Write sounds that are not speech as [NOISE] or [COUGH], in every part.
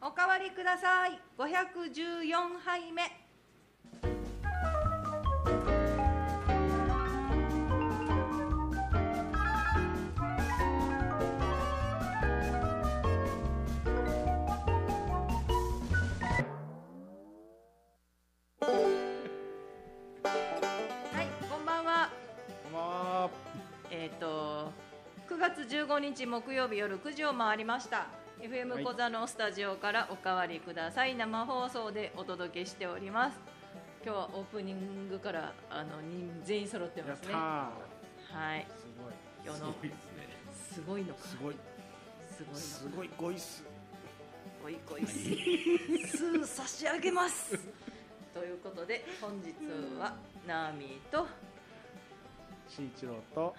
おかわりください514杯目はいこんばんはこんばんは。えっ、と9月15日木曜日夜9時を回りました。は FM い小座のスタジオからおかわりください生放送でお届けしております。今日はオープニングからあのに全員揃ってやまっすたね。ー。はい、すごい。世すのごいですね。すごいのかすごい。すごいすのかごい。ごいっす。ごいごいす差し上げます。ということで本日はナーミーと新一郎と。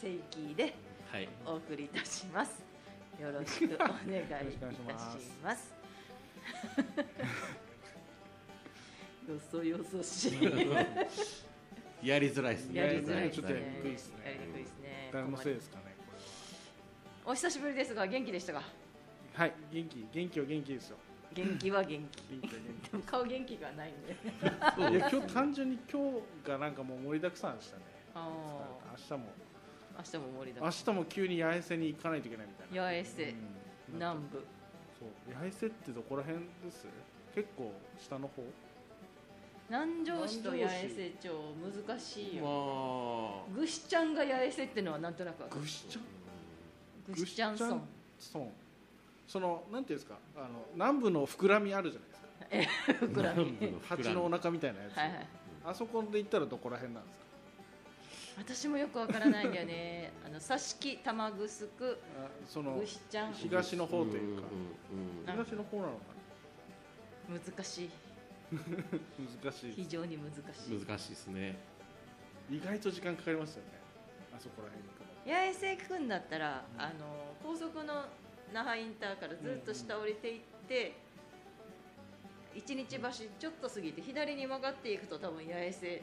セイキーではい。お送りいたします。よろしくお願いいたしよろしくお願いします。よそよそしい。やりづらいですね。やりづらいですね。ちょっとやりにくいですねやりにくいですね誰のせいですかね。これお久しぶりですが元気でしたか。ははい。元気。元気は元気ですよ。元気は元気。元気はでも顔元気がないん [LAUGHS] で。そう元気。いや、今日単純に今日がなんかもう盛りだくさんでしたね。あ明日も。あ。明日も森明だ。日も急に八重瀬に行かないといけないみたいな。八重瀬うん南部。そう。八重瀬ってどこら辺です。結構下の方。南城市と八南城市重瀬町難しいよ。まぐしちゃんが八重瀬ってのはなんとなくわかるぐしちゃん。ぐしちゃん村ぐし。そう。その、なんていうんですか。あの、南部の膨らみあるじゃないですか。膨らみ。蜂のお腹みたいなやつ。はいはい。あそこで行ったらどこら辺なんですか。私もよくわからないんだよね [LAUGHS] あの挿し木玉ぐすくあそのぐしちゃんひ東の方というかん東の方なのか難しいな。難しい非常に難しうんい難しいですね。意外と時間かかりますよね。あそこら辺に行くの。八重瀬くんだったら、うんあの高速の那覇インターからずっと下降りていって、一日橋ちょっと過ぎて左に曲がっていくと多分八重瀬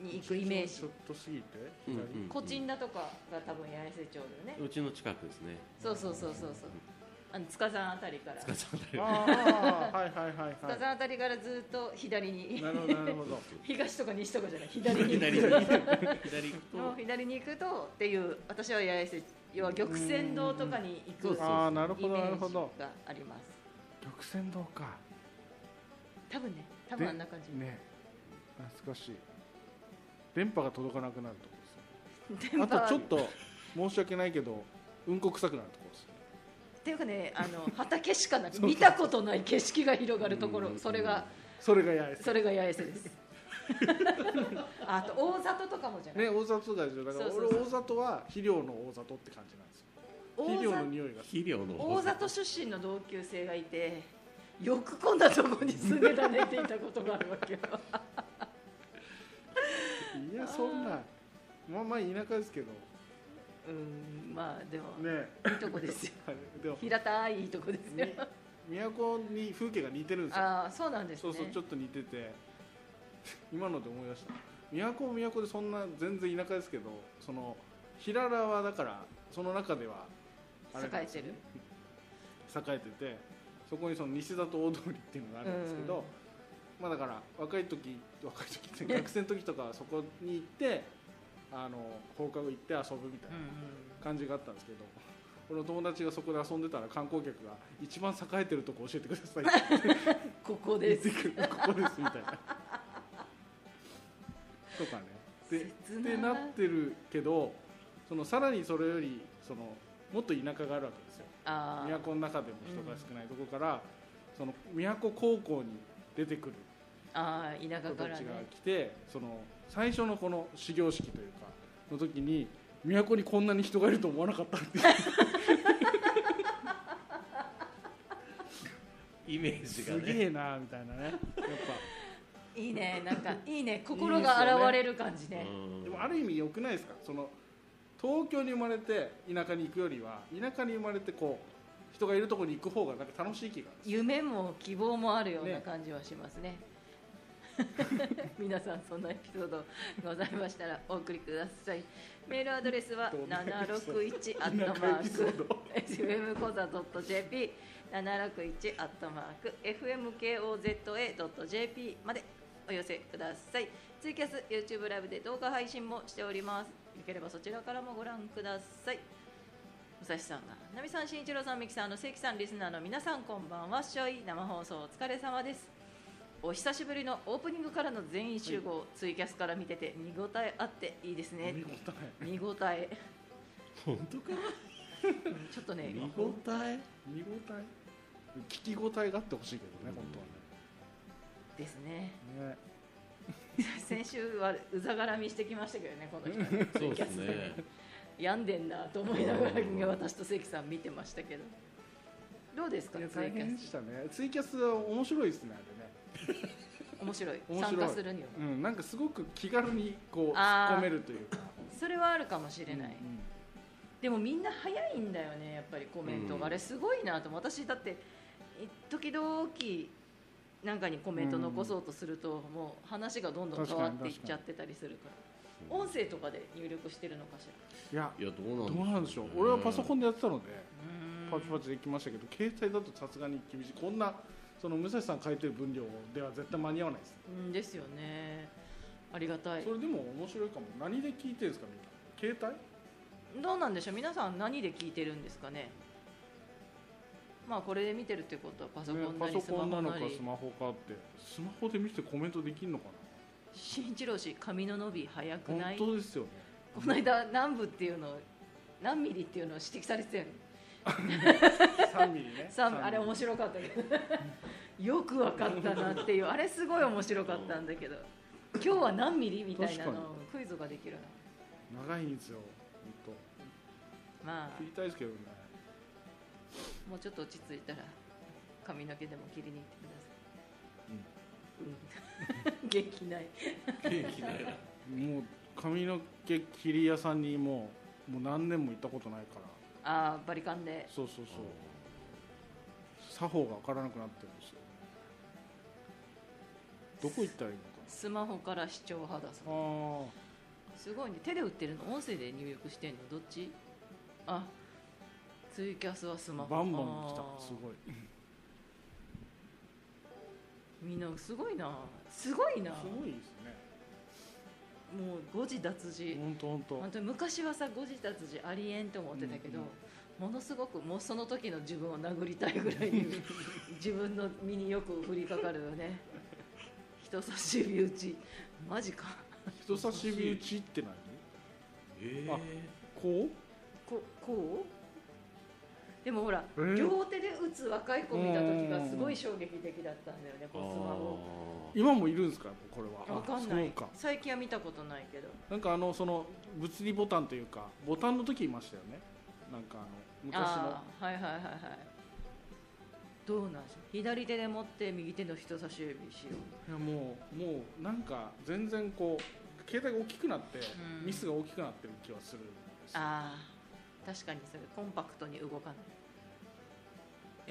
に行くイメージちょっと過ぎてうん左。うんコチンダとかが多分八重瀬町だよね、うちの近くですね。そうそうそうそうそうあの塚山あたりから塚塚さんだよ。ああはいはいはいは山あたりからずっと左に [LAUGHS] い。なるほどなるほど。東とか西とかじゃない左に左に左行くとの左に行くとっていう私は八重瀬要は玉泉堂とかに行うくんそうああなるイメほどなるーほジど。があります玉泉堂か。多分ね多分あんな感じ、ね。懐かしい。電波が届かなくなるとこですね。電あ波はとちょっと申し訳ないけどうんこ臭くなるところですねっていうかねあの畑しかなそうくそう見たことない景色が広がるところうんそれがそれが嫌ですそれが八重瀬です [LAUGHS] あと大里とかもじゃない、ね大里がですよだからそうそ俺うそう大里は肥料の大里って感じなんですよ大肥料の里匂いがする肥料の大里出身の同級生がいてよくこんなとこに住んでられていたことがあるわけよいやそんなまあまあ田舎ですけどうんまあでも、ねいいとこですよはいでも平たいいいとこですよみ都に風景が似てるんですよああそうなんですそねうそうちょっと似てて [LAUGHS] 今ので思い出した都は都でそんな全然田舎ですけどその平良はだからその中ではあれなんですよね栄えててそこにその西里大通りっていうのがあるんですけど、まあだから若い時若い時っていうか学生の時とかはそこに行ってあの放課後行って遊ぶみたいうんうなん感じがあったんですけど、俺の友達がそこで遊んでたら観光客が一番栄えてるとこ教えてくださいってここ言でっすてくるここですみたいな。とかね。で切ってなってるけどそのさらにそれよりそのもっと田舎があるわけですよ。あー都の中でも人が少ないところから、その都高校に出てくるあー田人舎たかちがらね来て、その最初のこの始業式というかの時に都にこんなに人がいると思わなかったっていうイメージがすね。げえなみたいなねやっいい [LAUGHS] ねなんかいいねよね心が現れる感じねぱうんでもある意味良くないですかその東京に生まれて田舎に行くよりは田舎に生まれてこう人がいるところに行く方がなんか楽しい気が夢も希望もあるようなね感じはしますね [LAUGHS] 皆さんそんなエピソードございましたらお送りくださいメールアドレスはどんなエピソード761アットマーク fmkoza.jp 761アットマーク fmkoza.jp までお寄せくださいツイキャス YouTube ライブで動画配信もしておりますよければそちらからもご覧ください武蔵さんが奈美さん、慎一郎さん、美樹さん、あの関さん、リスナーの皆さんこんばんはしょい生放送お疲れ様ですお久しぶりのオープニングからの全員集合、ツイキャスから見てて見応えあっていいですね見事ね見応え本当かなちょっとね見応え見応え聞き応えがあってほしいけどね、本ですね当はねね先週はうざがらみしてきましたけどねこの人ねそうですね病んでんなと思いながら私と関さん見てましたけどどうですかいツやイキ大変ャでスしたねツイキャスは面白いですねあれね面白い面白参加いするにはうん、なんかすごく気軽にこうあー突っ込めるというかそれはあるかもしれない、うんでもみんな早いんだよねやっぱりコメントが、うんあれすごいなと思う私だってい時々なんかにコメント残そうとすると、もう話がどんどん変わっていっちゃってたりするから音声とかで入力してるのかしいやいやどうなんどうなんでしょう、ね俺はパソコンいでやってたのでらパチパチできましたけど携帯だとさすがに厳しいこんなその武蔵さん書いてる分量では絶対間に合わないです、うんですよねありがたいそれでも面白いかも何で聞いてるんですかみんな携どうなんでしょう皆さん何で聞いてるんですかねまあこれで見てるってことはパソ帯コンなねりパスソマコホンなのなかりスマホかってスマホで見てコメントできるのか新一郎氏髪の伸び早くなない本当ですよねこの間南部っていうのを何ミリっていうのを指摘されてたよね3ミリ [LAUGHS] ねさああれ面白かったけどよく分かったなっていうあれすごい面白かったんだけど今日は何ミリみたいなのを確クイズができるな長いんですよ本ま当あ聞きたいですけどねもうちょっと落ち着いたら髪の毛でも切りに行ってください、うん、 [LAUGHS] 元気ないもう髪の毛切り屋さんにもうもう何年も行ったことないからああバリカンでそうそうそう作法が分からなくなってるんですよどこ行ったらいいスマホから視聴肌さんのかすごいね手で打ってるの音声で入力してんのどっちあツイキャスはスなマあーホバンバン来あーたすごいみんなすごいなすごいなすごいですねもう誤字脱字本当本当本当に昔はさ誤字脱字ありえんと思ってたけど、ものすごくもうその時の自分を殴りたいぐらい [LAUGHS] に自分の身によく降りかかるよね人差し指打ちマジか人差し指打ちって何えあこうここうでもほら、えー両手で打つ若い子見た時がすごい衝撃的だったんだよねこうスマホ今もいるんですかこれはわかんなそういか最近は見たことないけどなんかあのその物理ボタンというかボタンの時いましたよねなんかあの昔のああはいはいはいはいどうなんでしょう左手で持って右手の人差し指しよういやもうもうなんか全然こう携帯が大きくなって、うんミスが大きくなってる気はするんですよああ確かにそれコンパクトに動かない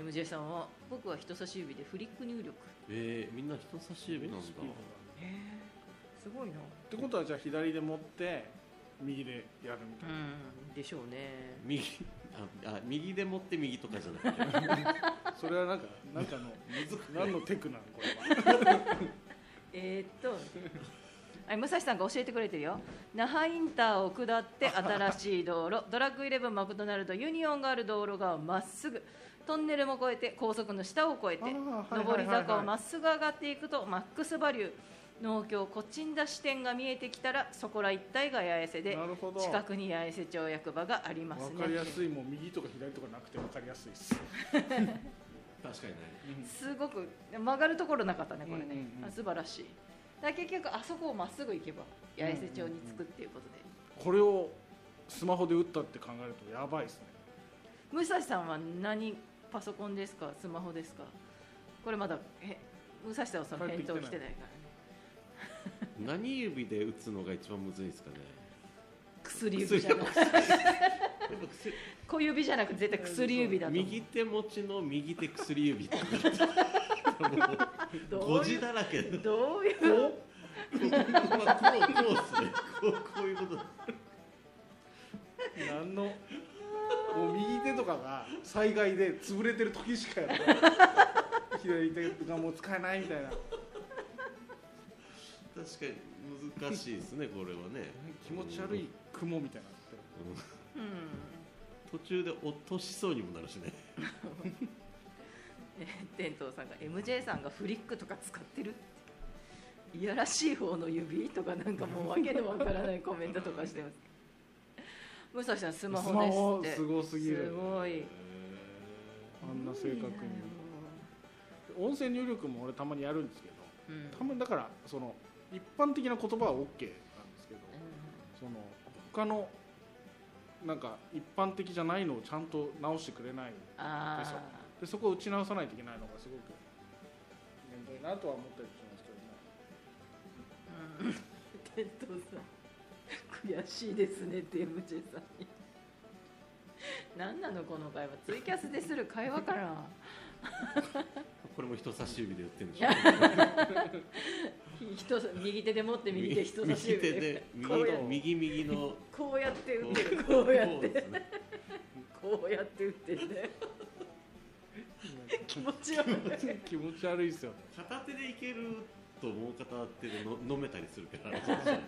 MJ さんは僕は人差し指でフリック入力えーみんな人差し指なんだスピードがへえすごいなってことはじゃあ左で持って右でやるみたいな、うんでしょうね右ああ右で持って右とかじゃなくてそれはなんかなんかの [LAUGHS] 何のテクなのこ [LAUGHS] れはえー、っとはい武蔵さんが教えてくれてるよ那覇インターを下って新しい道路 [LAUGHS] ドラッグイレブンマクドナルドユニオンがある道路がまっすぐトンネルも越えて高速の下を越えてあーはい上り坂をはいはいまっすぐ上がっていくとマックスバリュー農協コチンダ支店が見えてきたらそこら一帯が八重瀬でなるほど近くに八重瀬町役場がありますわねかりやすいもう右とか左とかなくてわかりやすいです確かにねすごく曲がるところなかったねこれね、うんうんうんあ素晴らしいだから結局あそこをまっすぐ行けば八重瀬町に着くっていうことで、これをスマホで打ったって考えるとやばいですね武蔵さんは何パソコンですかスマホですかこれまだえ武蔵さんはその返答来てないからね何指で打つのが一番むずいですかね薬指じゃないやっぱ薬小指じゃなくて絶対薬指だと思う右手持ちの右手薬指ってからもうど誤うい字うだら [LAUGHS] けでどういうこうまあこうこうっすねこうこういうこと何のもう右手とかが災害で潰れてる時しかや [LAUGHS] らない左手がもう使えないみたいな確かに難しいですねこれはね気持ち悪い雲みたいになってるうん途中で落としそうにもなるしねえ天童さんが MJ さんがフリックとか使ってるっていやらしい方の指とかなんかもうわけのわからない [LAUGHS] コメントとかしてます武蔵さんスマホですってすごすぎるすごいあんな正確にも音声入力も俺たまにやるんですけどううんたまにだからその一般的な言葉は OK なんですけどその他のなんか一般的じゃないのをちゃんと直してくれないあでしょあでそこを打ち直さないといけないのがすごく面倒いなとは思ったりしますけうどねん [LAUGHS] 天童さん悔しいですねって MJ さんに何なのこの会話ツイキャスでする会話かなこれも人差し指で打ってるんでしょ人さ右手で持って右手人差し右指手でで右こうやっの右右のここうやって打ってるうこうやっこうでてすねこうやって打ってるね気持ち悪い気持ち悪いですよね片手でいけるともう片手での飲めたりするから分かんないです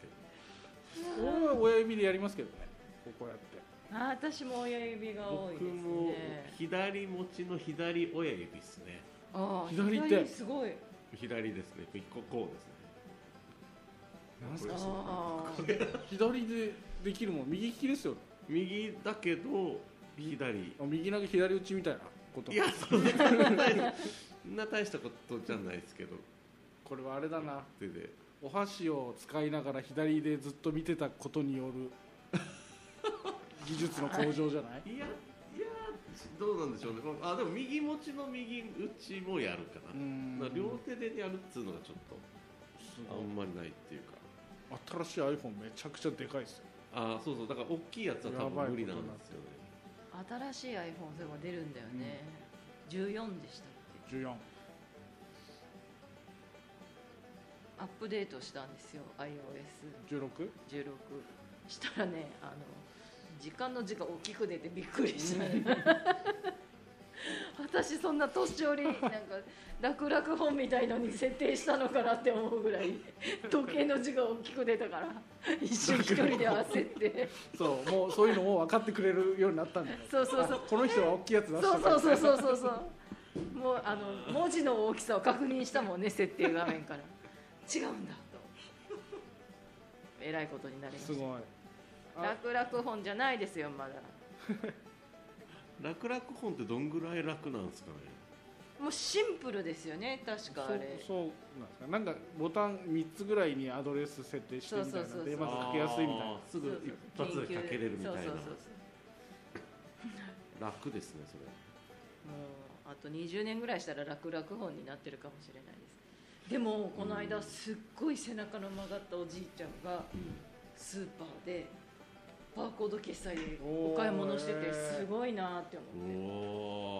けど俺は親指でやりますけどねこうやってあ私も親指が [LAUGHS] 多いです僕もね左持ちの左親指ですねああ左手すごい左ですねこうこうですねなんすあかあ左でできるもん右利きですよ右だけど左右投げ左打ちみたいなこといやそんな大したそんな大したことじゃないですけどこれはあれだな手でお箸を使いながら左でずっと見てたことによる技術の向上じゃないいやいやどうなんでしょうねあでも右持ちの右打ちもやるかうな、んだから両手でやるっつうのがちょっとすあごいんまりないっていうか新しい iPhone めちゃくちゃでかいですよあそうそうだから大きいやつは多分無理なんですよね新しい iPhone でも出るんだよね14でしたっけ14アップデートしたんですよ iOS16 16したらねあの時間の字が大きく出てびっくりした、私そんな年寄りなんか楽々本みたいのに設定したのかなって思うぐらい時計の字が大きく出たから一瞬一人で焦ってそうもうそういうのも分かってくれるようになったんだよそうそうそうあこの人は大きいやつ出そうしてたそうそうそうそうそうもうあの文字の大きさを確認したもんね設定画面から違うんだ [LAUGHS] とえらいことになりましすたごいあ楽々本じゃないですよまだ楽々本ってどんぐらい楽なんですかねもうシンプルですよね確かあれそうそうなんですかなんかボタン3つぐらいにアドレス設定してみたいなそうそうそうのそうでまずかけやすいみたいなあーすぐ一発でかけれるみたいそなうそうそうそう楽ですねそれもうあと20年ぐらいしたら楽々本になってるかもしれないですでもこの間すっごい背中の曲がったおじいちゃんがスーパーでバーコード決済でお買い物しておーへてーすごいなって思ってお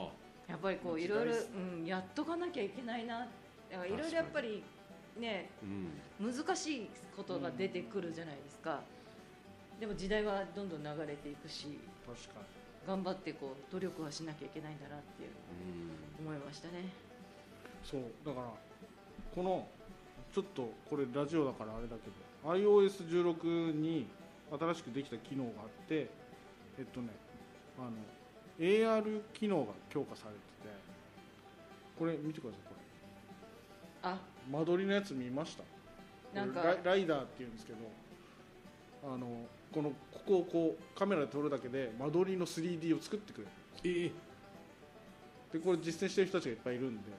おやっぱりこういろいろ、うん、やっとかなきゃいけないなだからいろいろやっぱりねうん難しいことが出てくるじゃないですか、でも時代はどんどん流れていくし確か頑張ってこう努力はしなきゃいけないんだなっていうのを思いましたねにそうだからこのちょっとこれラジオだからあれだけど iOS16 に新しくできた機能があってえっとねあの AR 機能が強化されててこれ見てくださいこれあ間取りのやつ見ましたなんかこれライライダーっていうんですけどあのこのここをこうカメラで撮るだけで間取りの 3D を作ってくれるええでこれ実践してる人たちがいっぱいいるんで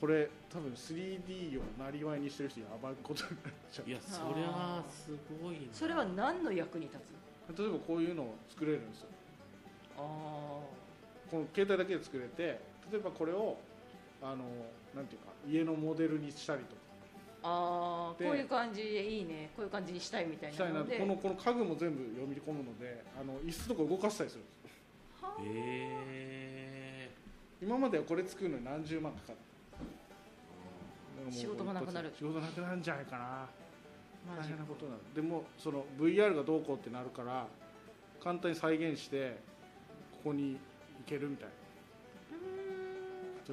これ多分 3D をなりわいにしてる人やばいことに [LAUGHS] なっちゃういやそりゃあすごいなそれは何の役に立つ例えばこういうのを作れるんですよあこの携帯だけで作れて例えばこれをあのなんていうか家のモデルにしたりとかあーでこういう感じでいいねこういう感じにしたいみたいしたないなのってでこのこの家具も全部読み込むのであの椅子とか動かしたりするんですはあええ今まではこれ作るのに何十万かかっただからもう仕事がなくなる仕事なくなるんじゃないかなマ大ジ変なことになるでもその VR がどうこうってなるから簡単に再現してここに行けるみたいな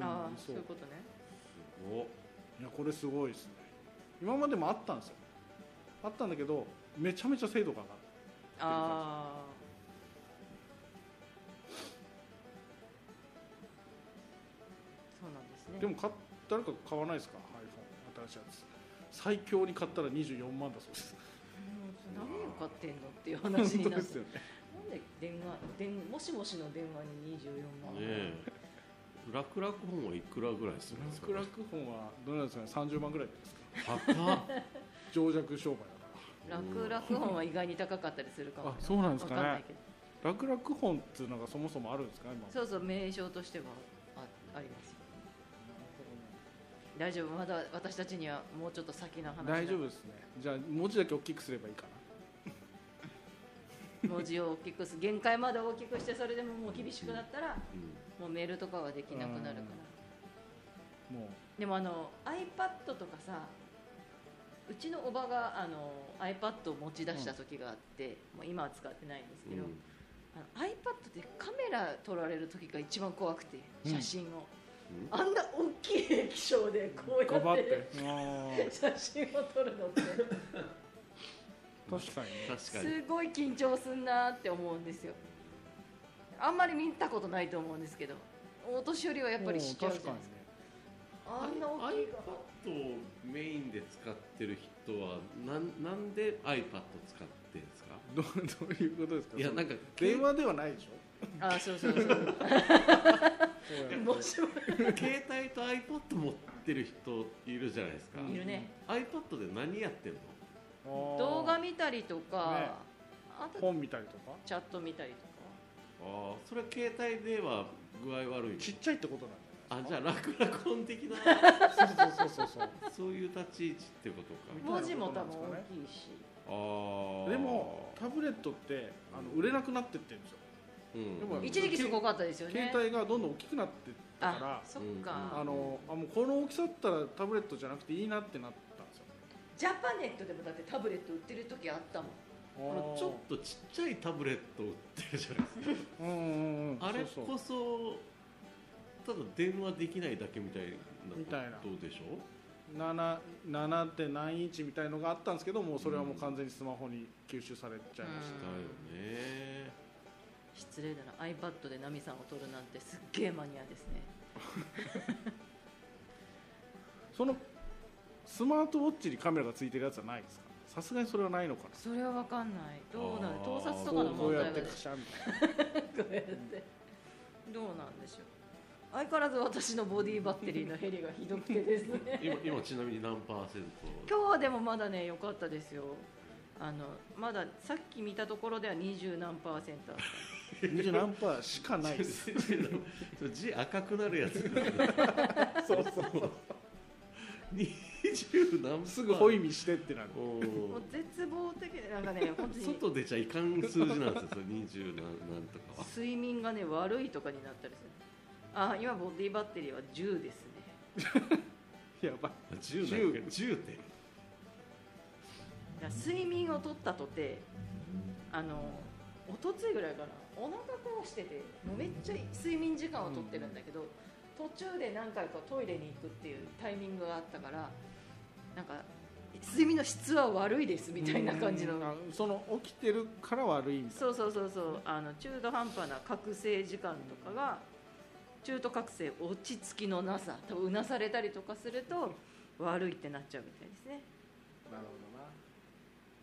うーんああそういうことねおいやこれすごいですね今までもあったんですよあったんだけどめちゃめちゃ精度が上がるああそうなんですねでも買っ誰か買わないですか iPhone 新しいやつ最強に買ったら24万だそうですうん何を買ってんのっていう話に [LAUGHS] 本なっ当でてすよねなんで電話電もしもしの電話に24万、ねえ楽々本はいくらぐらいするんですか楽々本はどうなんですかね30万ぐらいですか高っ情弱商売楽々本は意外に高かったりするかもあそうなんですかねわんないけどだから楽々本っていうのがそもそもあるんですか今そうそう名称としてはあありますよ大丈夫まだ私たちにはもうちょっと先の話だ大丈夫ですねじゃあ文字だけ大きくすればいいか文字を大きくす限界まで大きくしてそれでももう厳しくなったらうんもうメールとかはできなくなるからうんなもでもあの iPad とかさうちのおばがあの iPad を持ち出した時があって、もう今は使ってないんですけど、うんあの iPad ってカメラ撮られる時が一番怖くて写真を、うんあんな大きい液晶でこうガうやバっっててあ写真を撮るのってー確かにね確かにすごい緊張すんなって思うんですよあんまり見たことないと思うんですけどお年寄りはやっぱり知っちゃうじゃないですかあんな大きいか iPad をメインで使ってる人はなんなんで iPad 使ってるんですか確かにねどうど [LAUGHS] ういうことですかいやなんかか電話ではないでしょあそうそうそうそうやもしも [LAUGHS] 携帯と iPad 持ってる人いるじゃないですかういるね iPad で何やってんのあー動画見たりとか、ねあと本見たりとかチャット見たりとかああそれは携帯では具合悪いちっちゃいってことなあんじじゃゃあない楽々本的な [LAUGHS] ですかそうそうそうそうそうそういう立ち位置ってことかみたいなことなん文です字かねも多分大きいし、ああでもタブレットってあの売れなくなってってるんですようんでもうん一時期すごかったですよね携帯がどんどん大きくなってったからあそっか、うんあのあもうこの大きさだったらタブレットじゃなくていいなってなったんですよジャパネットでもだってタブレット売ってる時あったもんあのちょっととちっちゃいタブレット売ってるじゃないですかうんうんうんあれそうこそただ電話できないだけみたいみたいななことでしょそう7 7って何インチみたいのがあったんですけどもうそれはもう完全にスマホに吸収されちゃいましだよね失礼だな iPad でナミさんを撮るなんてすっげえマニアですねた、そのスマートウォッチにカメラがついてるやつはないですかさすがにそれはないのかなそれは分かんないどうなるあー盗撮とかこのうこ問う題がやってねカシャンみたいなこうやってどうなんでしょう相変わらず私のボディバッテリーの減りがひどくてですね今今ちなみに何パーセント今日でもまだね良かったですよあのまださっき見たところでは二十何パーセントあった二十何パーしかないですその字赤くなるやつ [LAUGHS] そうそうそう二十何パーすぐホイミしてってなるおもーう絶望的でなんかね本当に外出ちゃいかん数字なんですよそれ二十何何とかは睡眠がね悪いとかになったりするあ今ボディバッテリーは10ですねやばい10なんか10点だから睡眠を取ったとてあの一昨日ぐらいかなお腹壊しててもうめっちゃ睡眠時間を取ってるんだけど、途中で何回かトイレに行くっていうタイミングがあったからなんか睡眠の質は悪いですみたいな感じのうんあその起きてるから悪いみたいなそうそうそうそうあの中途半端な覚醒時間とかが中途覚醒落ち着きのなさ多分うなされたりとかすると悪いってなっちゃうみたいですねなるほどな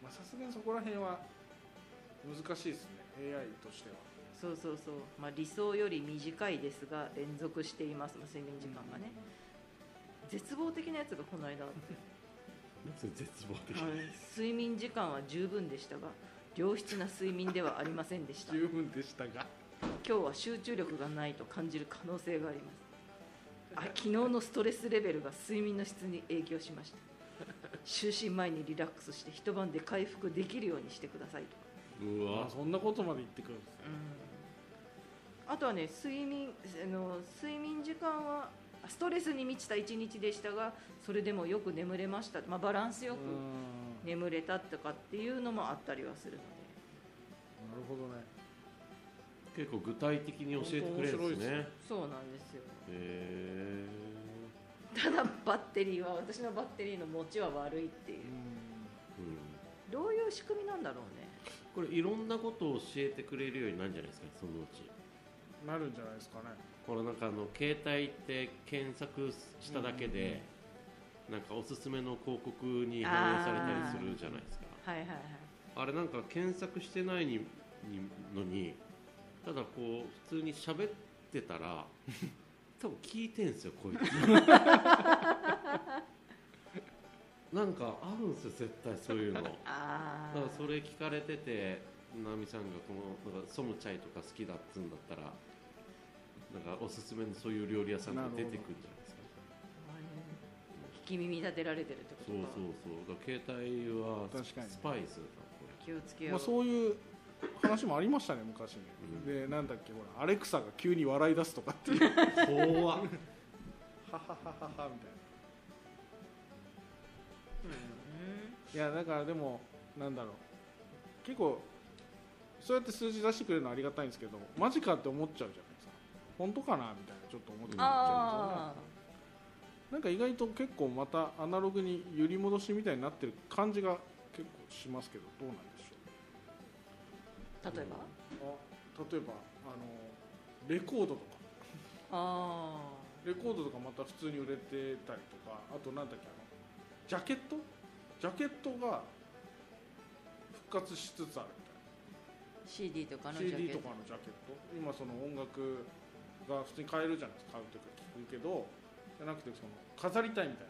まあさすがにそこら辺は難しいですね AI としてはそうそうそう、まあ、理想より短いですが連続しています睡眠時間がね、絶望的なやつがこの間あってそれ絶望的睡眠時間は十分でしたが良質な睡眠ではありませんでした今十分でしたが日は集中力がないと感じる可能性がありますあ昨日のストレスレベルが睡眠の質に影響しました就寝前にリラックスして一晩で回復できるようにしてくださいとかうわあそんなことまで言ってくるんですねあとはね睡眠あの睡眠ストレスに満ちた一日でしたがそれでもよく眠れました、まあ、バランスよくうんなる眠れたとかっていうのもあったりはするのでほどね結構具体的に教えてくれるんですね。そうなんですよへただバッテリーは私のバッテリーの持ちは悪いっていうえ。うん。どういう仕組みなんだろうねこれいろんなことを教えてくれるようになるんじゃないですか、そのうち。うんなるんじゃないですかねこれなんかあの携帯って検索しただけで、なんかおすすめの広告に反映されたりするじゃないですか。はいはいはいあれなんか検索してないににのにただこう普通に喋ってた [LAUGHS] ら多分聞いてんすよ [LAUGHS] こいつなんかあるんすよ絶対そういうのだかあらそれ聞かれててナミさんがこのなんかソムチャイとか好きだっつうんだったらなんかおすすめのそういう料理屋さんが出てくるんじゃないですかあれ聞き耳立てられてるってことそうかそうそうだから携帯は確かにスパイスだこれ気をつけよう、まあ、そういう話もありましたね昔ね、うでなんだっけほらアレクサが急に笑い出すとかっていうは怖っははははみたいなういやだからでもなんだろう結構そうやって数字出してくれるのはありがたいんですけどマジかって思っちゃうじゃないですか本当かなみたいなちょっと思ってん、ああなんか意外と結構またアナログに揺り戻しみたいになってる感じが結構しますけどどうなんでしあ例えば、ょうあ例えばあのレコードとかあレコードとかまた普通に売れてたりとかあとなんだっけあのジャケットジャケットが復活しつつあるみたいあな CD とかのジャケッ CD トとかのジャケット今その音楽が普通に買えるじゃないですか買うというか聞くけどじゃなくてその飾りたいみたい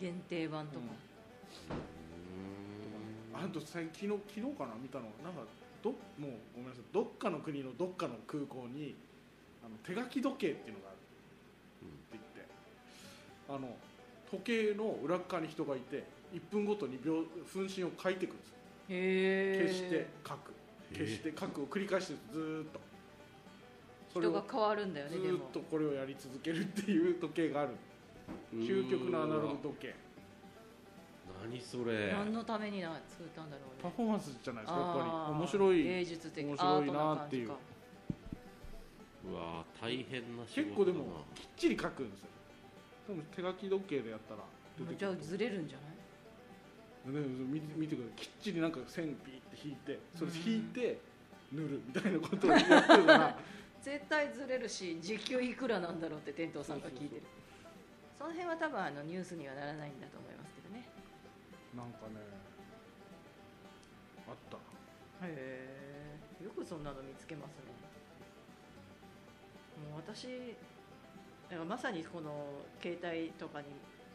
限定版とか、な、 [LAUGHS] あと最近昨日昨日かな見たのがなんかどもうごめんなさいどっかの国のどっかの空港にあの手書き時計っていうのがあるって言ってあの時計の裏側に人がいて1分ごとに秒分針を書いていくんですよへえ消して書く消して書くを繰り返してずーっとそれ人をが変わるんだよずねでーっもとこれをやり続けるっていう時計がある究極のアナログ時計何それ何のためにな作ったんだろうパねフォーマンスじゃないですかやっあぱーり面白い芸術的面白いなアート感じかってうわー大変な仕事だな結構でもきっちり書くんですよ多分手書き時計でやったら出てじゃくあるずれるんじゃないでも見て見てくださいきっちりなんか線ピーって引いてそれ引いて塗るみたいなことをや [LAUGHS] ってるから絶対ずれるし時給いくらなんだろうって店頭さんが聞いてるその辺は多分あのニュースにはならないんだと思いますけどねなんかねあったへえよくそんなの見つけますねもう私だからまさにこの携帯とかに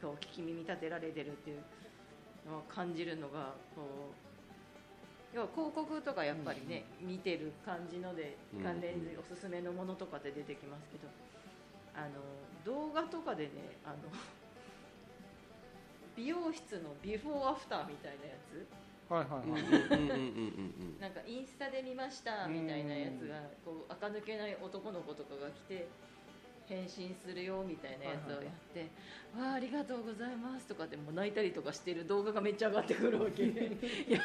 こう聞き耳立てられてるっていうのを感じるのがこう要は広告とかやっぱりね、見てる感じのでうん関連でおすすめのものとかって出てきますけど、あの動画とかでねあの美容室のビフォーアフターみたいなやつ、はいはいはい、うんうんうんうんうんなんかインスタで見ましたみたいなやつがこう垢抜けない男の子とかが来て返信するよみたいなやつをやって「わあありがとうございます」とかでもう泣いたりとかしてる動画がめっちゃ上がってくるわ [LAUGHS] けいや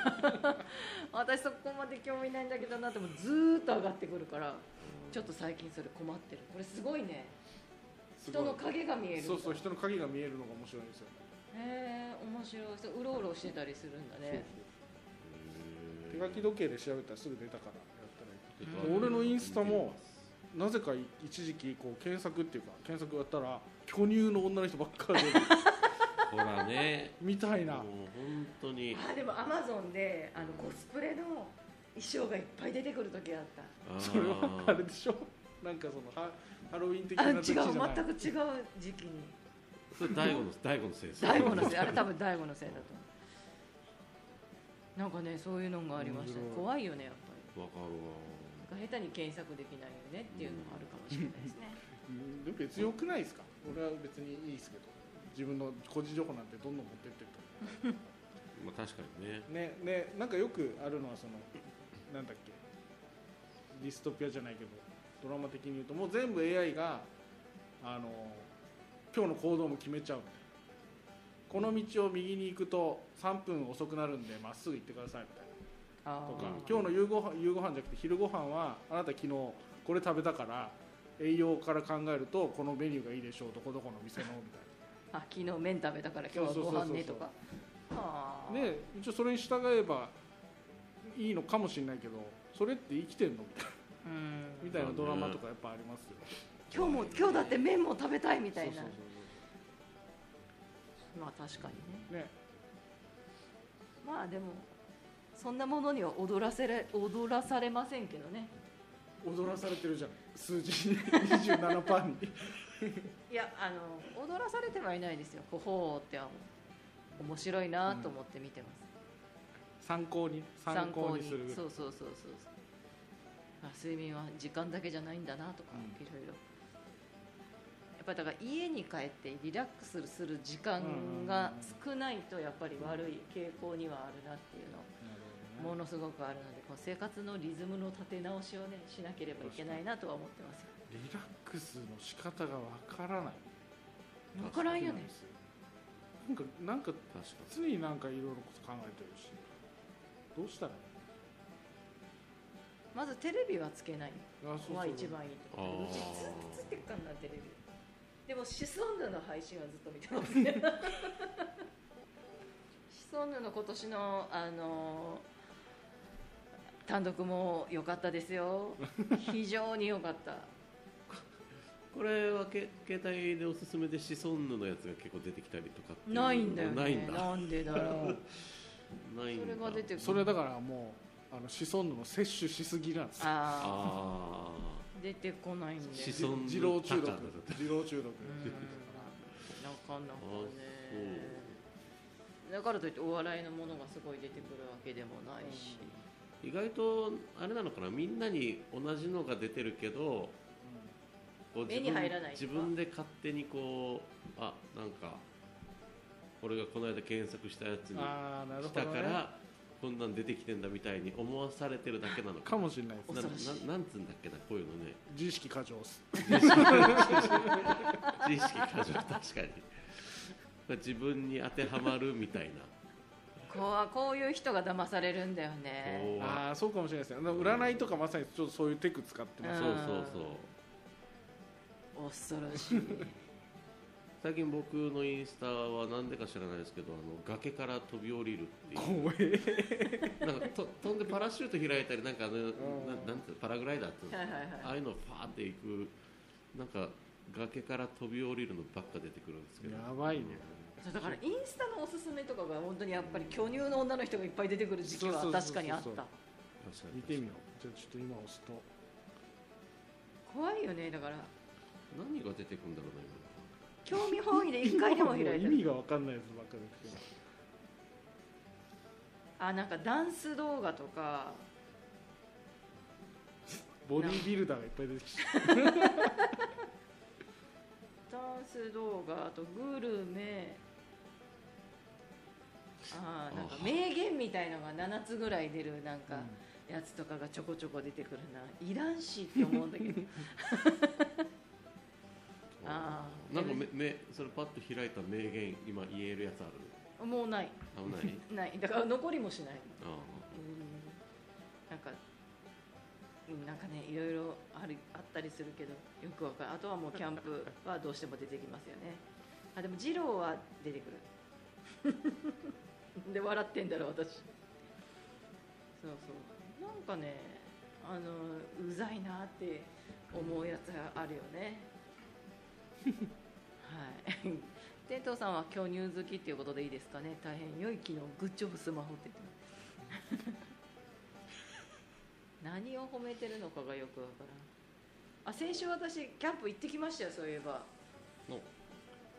私そこまで興味ないんだけどなってもうずーっと上がってくるからちょっと最近それ困ってるこれすごいねすご人いの影が見えるそうそう人の影が見えるのが面白いんですよねへえ面白いそううろうろしてたりするんだね手書き時計で調べたらすぐ出たからやったらいいへー俺のインスタもなぜか一時期こう検索っていうか検索やったら巨乳の女の人ばっかり出 [LAUGHS] てくるほらねみた [LAUGHS] いもうな本当にあでもアマゾンであのコスプレの衣装がいっぱい出てくる時があったそれはああれーでしょなんかそのハハロウィン的あな違う時期全くじゃ違ないう時期にそれ大悟の大悟のせいです大悟のせいあれ多分大悟のせいだと思うなんかねそういうのがありましたね面白怖いいよねやっぱりわかるわなんか下手に検索できないよねっていうのがあるかもしれないですねうんでも別に良くないですか俺は別にいいですけど自分の個人情報なんてどんどん持ってってるとまあ確かにねねねなんかよくあるのはそのなんだっけディストピアじゃないけどドラマ的に言うともう全部 AI があの今日の行動も決めちゃうこの道を右に行くと3分遅くなるんでまっすぐ行ってくださいみたいなあとーか今日の夕ご飯夕ご飯じゃなくて昼ご飯はあなた昨日これ食べたから栄養から考えるとこのメニューがいいでしょうどこどこの店のみたいあ昨日麺食べたから今日はご飯ねとかあーなで一応それに従えばいいのかもしれないけどそれって生きてんのみたいなうんみたいなドラマとかやっぱありますよ今日も今日だって麺も食べたいみたいなそうそうまあ確かにねそうそうねまあでもそんなものには踊らせれ踊らされませんけどね踊らされてるじゃん数字に27%に [LAUGHS] いやあの踊らされてはいないですよほほーってあの面白いなと思って見てます、参考に参考にするぐらいそうそうそうそうそうあ睡眠は時間だけじゃないんだなとか、うんいろいろやっぱだから家に帰ってリラックスする時間が少ないとやっぱり悪い傾向にはあるなっていうのなるほもどねのすごくあるのでこの生活のリズムの立て直しをねしなければいけないなとは思ってますよリラックスの仕方がわからないわからんよねなんかなんか確か常になんかいろいろこと考えてるしどうしたらいいまずテレビはつけないのあそうそうは一番いいと思ってうあちーずっとつってっかんなテレビでもシソンヌの配信はずっと見てます [LAUGHS] ねシソンヌの今年のあのー単独も良かったですよ非常に良かったこれはけ携帯でおすすめでシソンヌのやつが結構出てきたりとかってうのないんだよねないんだなんでだろうないんだそれが出てくるそれはだからもうあの子孫の摂取しすぎなんですよあああ出てこないんだよねシソンヌ二郎中毒タカだった二郎中毒うんなかなかねだからといってお笑いのものがすごい出てくるわけでもないし、ー意外とあれなのかなみんなに同じのが出てるけどこう目に入らない自分で勝手にこうあなんか俺がこの間検索したやつうにん来ああなるほたど、かね、らこんなん出てきてんだみたいに思わされてるだけなのかかもしれないですなな恐ろしいなんつうんだっけなこういうのね自意識過剰っす知識過 [LAUGHS] 剰確かに自分に当てはまるみたいなこうこういう人が騙されるんだよねこうああそうかもしれないですねあの占いとかまさにちょっとそういうテク使ってます、そうそうそう恐ろ [LAUGHS] しい最近僕のインスタはなんでか知らないですけどあの崖から飛び降りるっていう怖えなんかと飛んでパラシュート開いたりなんかあのななんていうのパラグライダーっていうのはいはいあはあいいうのファーっていくなんか崖から飛び降りるのばっか出てくるんですけどやばいねそうだからインスタのおすすめとかが本当にやっぱり巨乳の女の人がいっぱい出てくる時期はそうそうそうそ確うかにあった確か見にてみようじゃあちょっと今押すと怖いよねだから何が出てくるんだろうな興味本位で一回でも開いたもう意味が分かんないやつばっかりですけどあなんかダンス動画とかボディービルダーがいっぱい出てきてダンス動画あとグルメあーなんかあー名言みたいのが7つぐらい出るなんかうんやつとかがちょこちょこ出てくるないらんしって思うんだけど今あーなんかめめそれパッと開いた名言今言えるやつあもうないる [LAUGHS] 危ないないだから残りもしないあうんあなんかうんなんかねいろいろあるあったりするけどよくわかるあとはもうキャンプはどうしても出てきますよねあでも二郎は出てくる [LAUGHS] で笑ってんだろ私そうそうなんかねあのうざいなって思うやつがあるよね [LAUGHS] はい天童さんは巨乳好きっていうことでいいですかね大変良い機能グッジョブスマホって言ってます何を褒めてるのかがよくわからんあ先週私キャンプ行ってきましたよそういえばの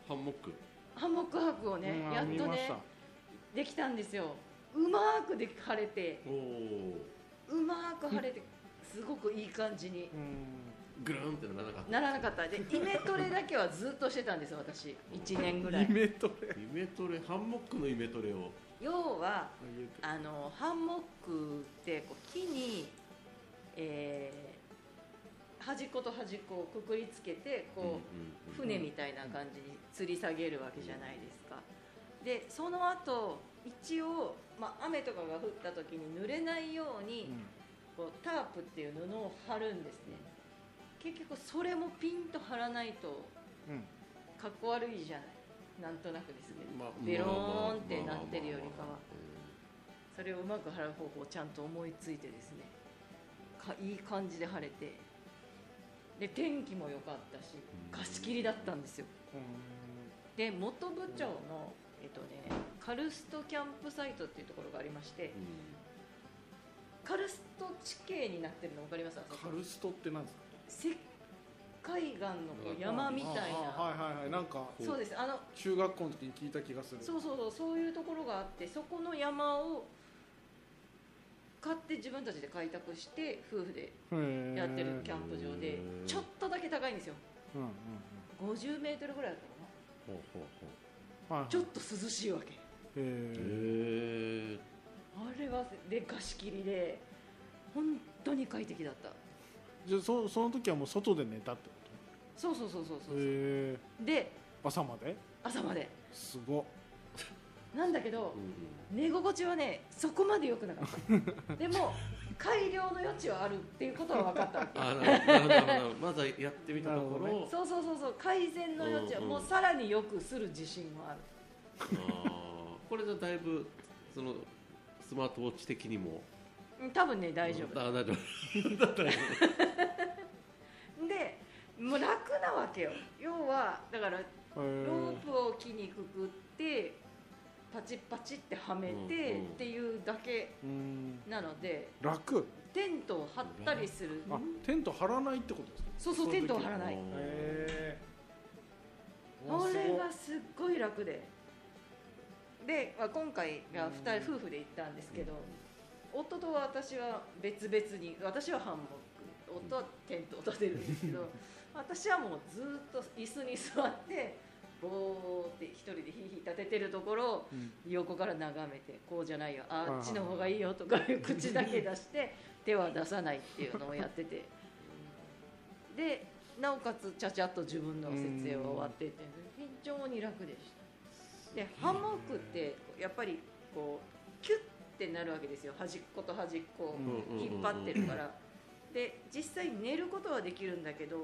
ハンモックハンモック泊をね、うんやっ見とましねたできたんですようまーくで晴れておおうまーく晴れてすごくいい感じにうんグルンってならなかったならなかったでイメトレだけはずっとしてたんですよ私1年ぐらイいメトレイメトレハンモックのイメトレを要は上げてあのハンモックってこう木に、えー端っこと端っこをくくりつけてこう、うんうんうん船みたいな感じに吊り下げるわけじゃないですか、でその後一応、まあ、雨とかが降った時に濡れないように、こうタープっていう布を貼るんですね結局それもピンと貼らないとうんうんかっこ悪いじゃないなんとなくですけどまあベローンってなってるよりかはまあまあまあまあそれをうまく貼る方法をちゃんと思いついてですねかいい感じで晴れてで天気も良かったしうん貸し切りだったんですよで元部長の、えっとね、カルストキャンプサイトっていうところがありましてうんカルスト地形になってるの分かりますあそこカルストってなんですか石灰岩のこう山みたいあなはいはいはいなんかそうですあの中学校の時に聞いた気がするそうそうそうそういうところがあってそこの山を買って自分たちで開拓して夫婦でへーやってるキャンプ場へでーちょっとだけ高いんですようんうんうん50メートルぐらいあったかなほうほうほうはいはいちょっと涼しいわけへーへえあれはで貸し切りで本当に快適だったじゃあそその時はもう外で寝たってこそうそうそうそうとそうそうへえで朝まで朝まですごっなんだけど寝心地はねそこまで良くなか [LAUGHS] ったでも改良の余地はあるっていうことは分かったわけあなるほどなるほどなるほどまずはやってみたとこなるほろそうそうそうそう改善の余地はうんうんもうさらによくする自信もあるあーこれじゃだいぶそのスマートウォッチ的にもうん多分ね大丈夫あ大丈夫でもう楽なわけよ要はだからへーロープを木にくくってパチッパチってはめうてんうんっていうだけうんなので楽テントを張ったりするあテント張らないってことですかそうそうその時テントを張らないあーへえこれはすっごい楽でで、まあ、今回が2人うん夫婦で行ったんですけど夫と私は別々に私はハンモック夫はテントを立てるんですけど私はもうずっと椅子に座ってぼーって一人でヒーヒー立ててるところをうん横から眺めてこうじゃないよあはいっちの方がいいよとかいう口だけ出して手は出さないっていうのをやっててでなおかつちゃちゃっと自分の設営は終わってって非常に楽でしたでハンモックってやっぱりこうキュッてなるわけですよ端っこと端っこをうん引っ張ってるからで実際寝ることはできるんだけど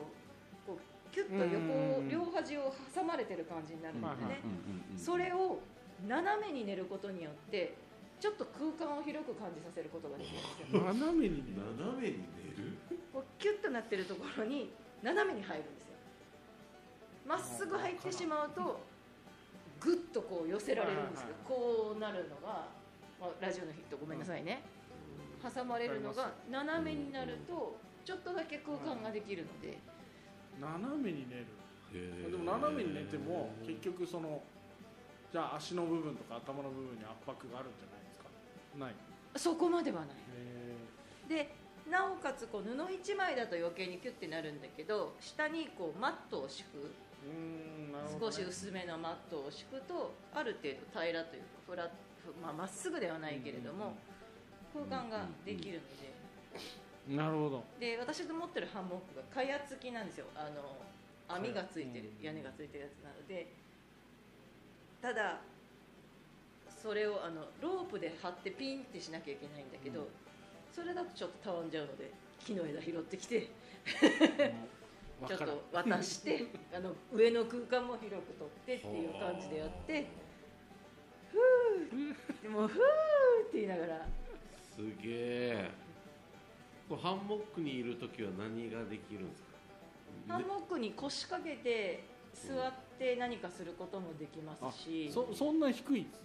こうキュッと横をうん両端を挟まれてる感じになるんではいはいねうんうんうんそれを斜めに寝ることによってちょっと空間を広く感じさせることができるんですよ斜めにね斜めに寝るこうキュッとなってるところに斜めに入るんですよまっすぐ入ってしまうとグッとこう寄せられるんですけどこうなるのが、まあ、ラジオのヒットごめんなさいね挟まれるのが斜めになるとちょっとだけ空間ができるので斜めに寝るへーでも斜めに寝ても結局そのじゃあ足の部分とか頭の部分に圧迫があるんじゃないですかないそこまではないへでなおかつこう布一枚だと余計にキュッてなるんだけど下にこうマットを敷くえうんなるほど、少ね、し薄めのマットを敷くとある程度平らというかフラッまあ、まっすぐではないけれども、空間ができるので,、なるほ [LAUGHS] どで私の持ってるハンモックがかや付きなんですよあの網がついてるうん屋根がついてるやつなのでただそれをあのロープで張ってピンってしなきゃいけないんだけど、うんそれだとちょっとたわんじゃうので木の枝拾ってきてわちょっからんと渡して [LAUGHS] あの上の空間も広く取ってっていう感じでやって。でもうふーって言いながらすげえこうハンモックにいる時は何ができるんですかハンモックに腰掛けて座って何かすることもできますしそそんな低いんです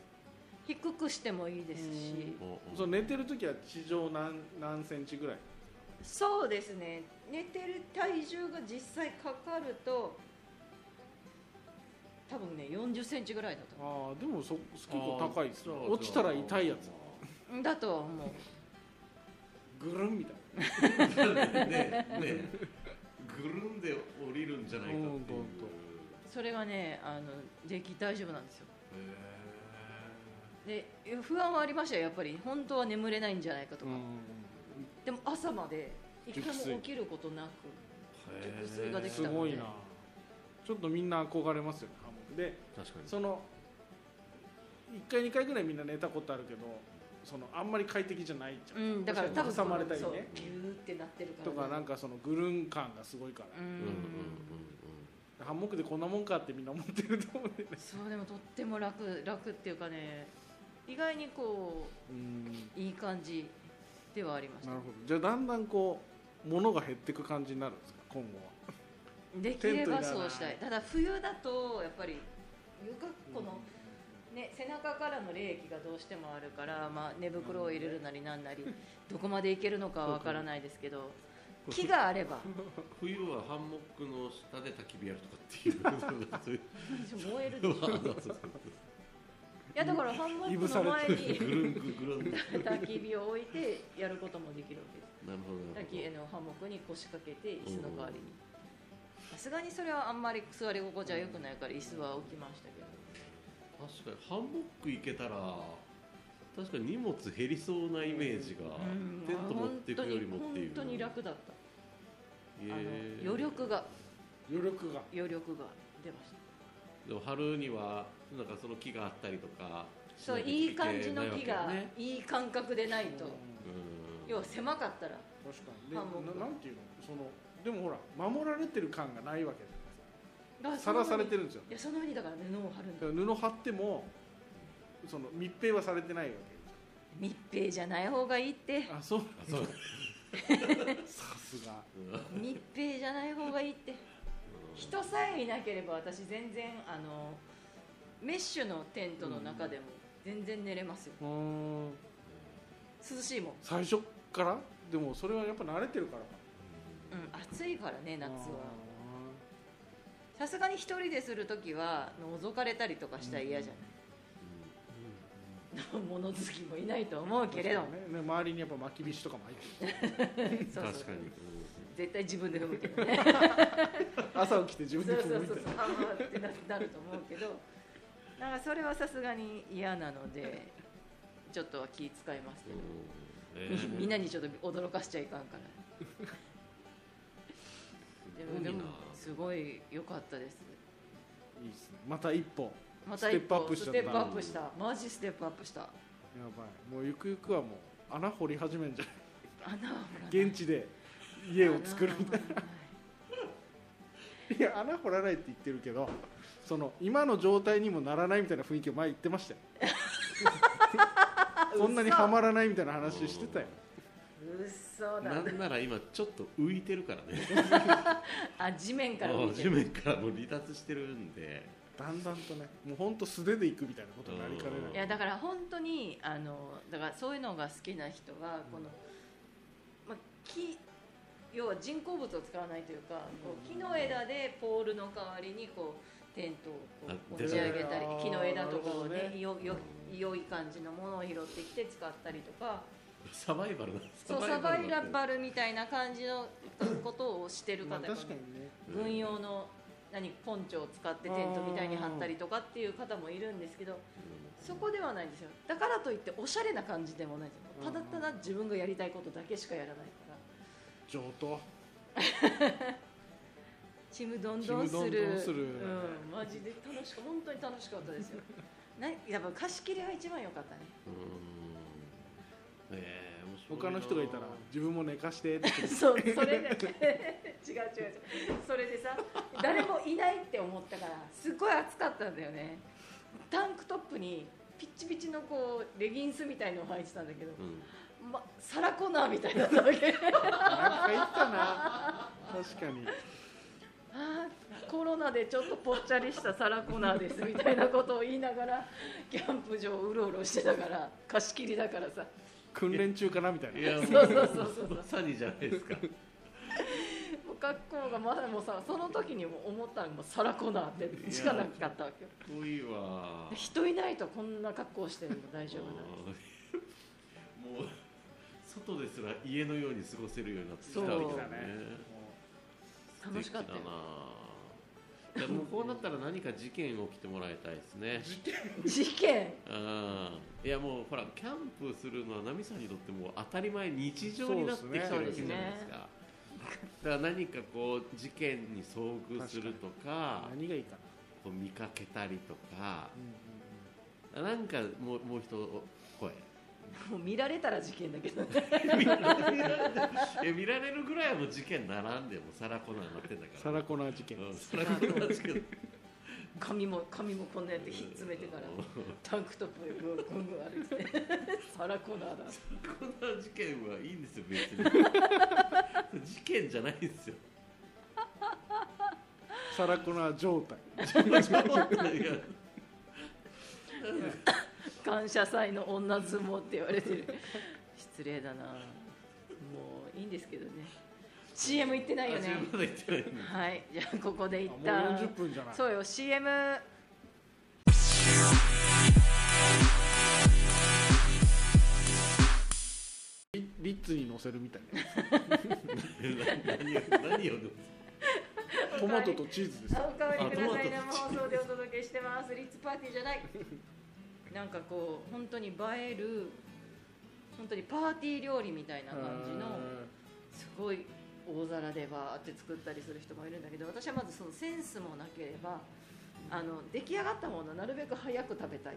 低くしてもいいですしねおそう寝てる時は地上何何センチぐらいそうですね寝てる体重が実際かかると多分ね4 0センチぐらいだと思ああでもそ結構高いですあー落ちたら痛いやつうだとは思うぐるんみたいなねねぐるんで降りるんじゃないかっていうほんとほんとそれがねあのでき大丈夫なんですよへで不安はありましたよやっぱり本当は眠れないんじゃないかとか、うんでも朝まで一回もきつい起きることなく結局水ができすたもごんいねなちょっとみんな憧れますよねハモで確かにその1回2回ぐらいみんな寝たことあるけどそのあんまり快適じゃないじゃんうんだから多分挟まれたりねそうギューってなってるからとかなんかかそのぐるん感がすごいかうん、ら、ハンモックでこんなもんかってみんな思ってると思うんでねそうでもとっても楽楽っていうかね意外にこうんういい感じではありましたなるほどじゃあだんだんこう物が減っていく感じになるんですか今後はできればテントいらそなういしたいただ冬だとやっぱり湯がこの、ね、背中からの冷気がどうしてもあるから、まあ、寝袋を入れるなりなんなりどこまでいけるのかはわからないですけど木があれば冬はハンモックの下で焚き火やるとかっていうそういう燃えるでしょいのはそうそうやだからハンモックの前そうぐにるんぐぐるんなる焚き火を置いてやることもできるわけですほどな焚るきあのハンモックに腰掛けて椅子の代わりにさすがにそれはあんまり座り心地は良くないから椅子は置きましたけどほど確かにハンモック行けたら確かに荷物減りそうなイメージうが、んテント持っていくよりもっていう本当に本当に楽だったへあのえ余力が余力が余力が出ましたでも春にはなんかその木があったりとかそうしなきゃいいけなわ感じの木けよがねいい感覚でないとうん要は狭かったら確かにでハンモックななんていうのそのでもほら守られてる感がないわけじゃないですかあさらされてるんですよいやその上にだから布を貼るんだだから布張ってもその密閉はされてないわ密閉じゃない方がいいってけあそうあそうさすがうんうん密閉じゃない方がいいって人さえいなければ私全然あのメッシュのテントの中でも全然寝れますようーん涼しいもん、最初からでもそれはやっぱ慣れてるからかうん、暑いからね夏はあさすがに一人でする時は覗かれたりとかしたら嫌じゃない、 [LAUGHS] 物好きもいないと思うーけれども、確かにねね周りにやっぱ巻きびしとかも入ってるそうそう確かに、絶対自分で踏むけどね朝起きて自そう分そでう踏そむうみたそいう [LAUGHS] なあーってななると思うけどなんかそれはさすがに嫌なのでちょっとは気使いますけど、 [LAUGHS] うんねえみんなにちょっと驚かしちゃいかんからですもごいなでもすごい良かったですいいですねまた一歩また一歩スステテッッププアアッッププししたたマジステップアップしたやばいもうゆくゆくはもう穴掘り始めんじゃない穴を掘らない現地で家を作るみたい穴を掘らない [LAUGHS] ないや穴掘らないって言ってるけどその今の状態にもならないみたいな雰囲気を前言ってましたよ [LAUGHS] こんなにはまらないみたいな話してたようっそうなだんなら今ちょっと浮いてるからねあ地面から見て地る面から [LAUGHS] もう離脱してるんでだんだんとねもうほんと素手で行くみたいなことになりかねうんいないやだから本当にあのだからそういうのが好きな人はこの、まあ、木要は人工物を使わないというかこう木の枝でポールの代わりにこうテントをこあう持ち上げ出たたりあー木の枝とかをなるねほどねよよ良い感じのものを拾ってきて使ったりとかサバイバルなんですそうサバイなんだバルみたいな感じのことをしてるま方あが、確かにね軍用の何ポンチョを使ってテントみたいに張ったりとかっていう方もいるんですけどそこではないんですよだからといっておしゃれな感じでもないんですよただただ自分がやりたいことだけしかやらないから上等ちむどんどんするちむどんどんするうん、マジで楽しく本当に楽しかったです [LAUGHS] よなやっぱ貸し切りが一番良かったねうんええ面白いな他の人がいたら自分も寝かしてって [LAUGHS] そうそれで [LAUGHS] 違う違う違うそれでさ誰もいないって思ったからすごい暑かったんだよねタンクトップにピッチピチのこうレギンスみたいのを履いてたんだけど、うんま、サラコナーみたいだったわけなんか言ったな確かにあーコロナでちょっとぽっちゃりしたサラコナーですみたいなことを言いながらキャンプ場をうろうろしてたから貸し切りだからさ訓練中かなみたいないやも [LAUGHS] うそうそうそうそうまさにじゃないですかもう格好がまだもうさその時にも思ったのがもうサラコナーってしかなかったわけよ遠いわ人いないとこんな格好してるの大丈夫だうん [LAUGHS] もう外ですら家のように過ごせるようになってきたわけそうだね楽しかったよ素敵だなでもこうなったら何か事件起きてもらいたいですね事件あいやもうほらキャンプするのはナミさんにとってもう当たり前日常になってきてるわけじゃないですかだから何かこう事件に遭遇するとか何がいいかな、こう見かけたりとかうんうんなんかもうもう一 [LAUGHS] 声もう見られたら事件だけどね見られるえ見られるぐらいはもう事件並んでもサラコナーになってんだかうらん、サラコナー事件、うんサラコ [LAUGHS] ナー事件髪も髪もこんなやってひっ詰めてからタンクトップでぐんぐんぐん歩いて [LAUGHS] サラコナーだこんな事件はいいんですよ別 [LAUGHS] に事件じゃないんですよサラコナー状態感謝祭の女相撲って言われてる [LAUGHS] 失礼だなもういいんですけどね CM 行ってないよねあまだ言ってないはいじゃあここで一あもう旦40分じゃないそうよ CM リリッツに乗せるみたいな何を何をトマトとチーズですよおかわりくださいあ生放送でお届けしてますリッツパーティーじゃないなんかこう本当に映える本当にパーティー料理みたいな感じのすごい大皿でバーって作ったりする人もいるんだけど私はまずそのセンスもなければあの出来上がったものをなるべく早く食べたい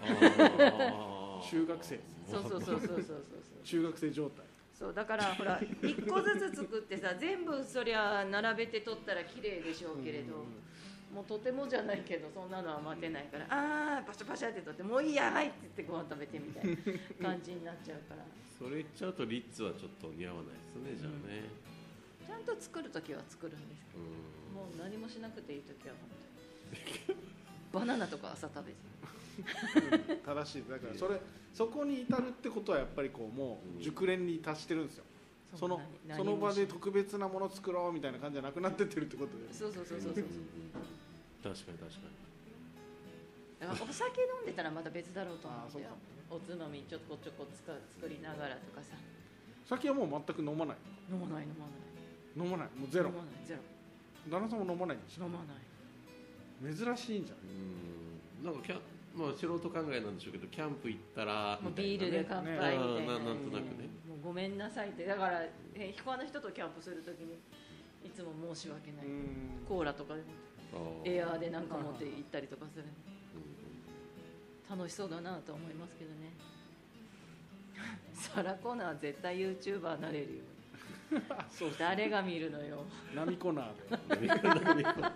あー中学生そうそうそうそうそうそうそう中学生状態そうだからほら1個ずつ作ってさ全部そりゃ並べて取ったら綺麗でしょうけれど、うんうんもうとてもじゃないけどそんなのは待てないから、ああパシャパシャって取ってもういいやはいって言ってご飯食べてみたいな感じになっちゃう [LAUGHS] からそれ言っちゃうとリッツはちょっと似合わないですねじゃあねちゃんと作る時は作るんですけどもう何もしなくていい時は本当にバナナとか朝食べてうん正しいだからそれそこに至るってことはやっぱりこうもう熟練に達してるんですよその何その場で何もし特別なもの作ろうみたいな感じじゃなくなってってるってことでそうそうそうそううんそう確かに確かだからお酒飲んでたらまた別だろうと思ああうそんうだかよおつまみちょこちょこ使う作りながらとかさ酒はもう全く飲まない飲まない飲まない飲まないもうゼロ飲まないゼロ旦那さんも飲まないんでしょ飲まない珍しいんじゃにうんなんかキャンまあ素人考えなんでしょうけどキャンプ行ったらもみうたいビーなねルで乾杯みたいな,、ねああもななんとなくねうごめんなさいってだからえ彦の人とキャンプするときにいつも申し訳な、ないいうんコーラとかでもあーエアーでなんか持って行ったりとかするうん楽しそうだなと思いますけどね [LAUGHS] サラコナー絶対 YouTuber になれるよあそうそう誰が見るのよ波コナ [LAUGHS] ーでナミコナミコナミコナ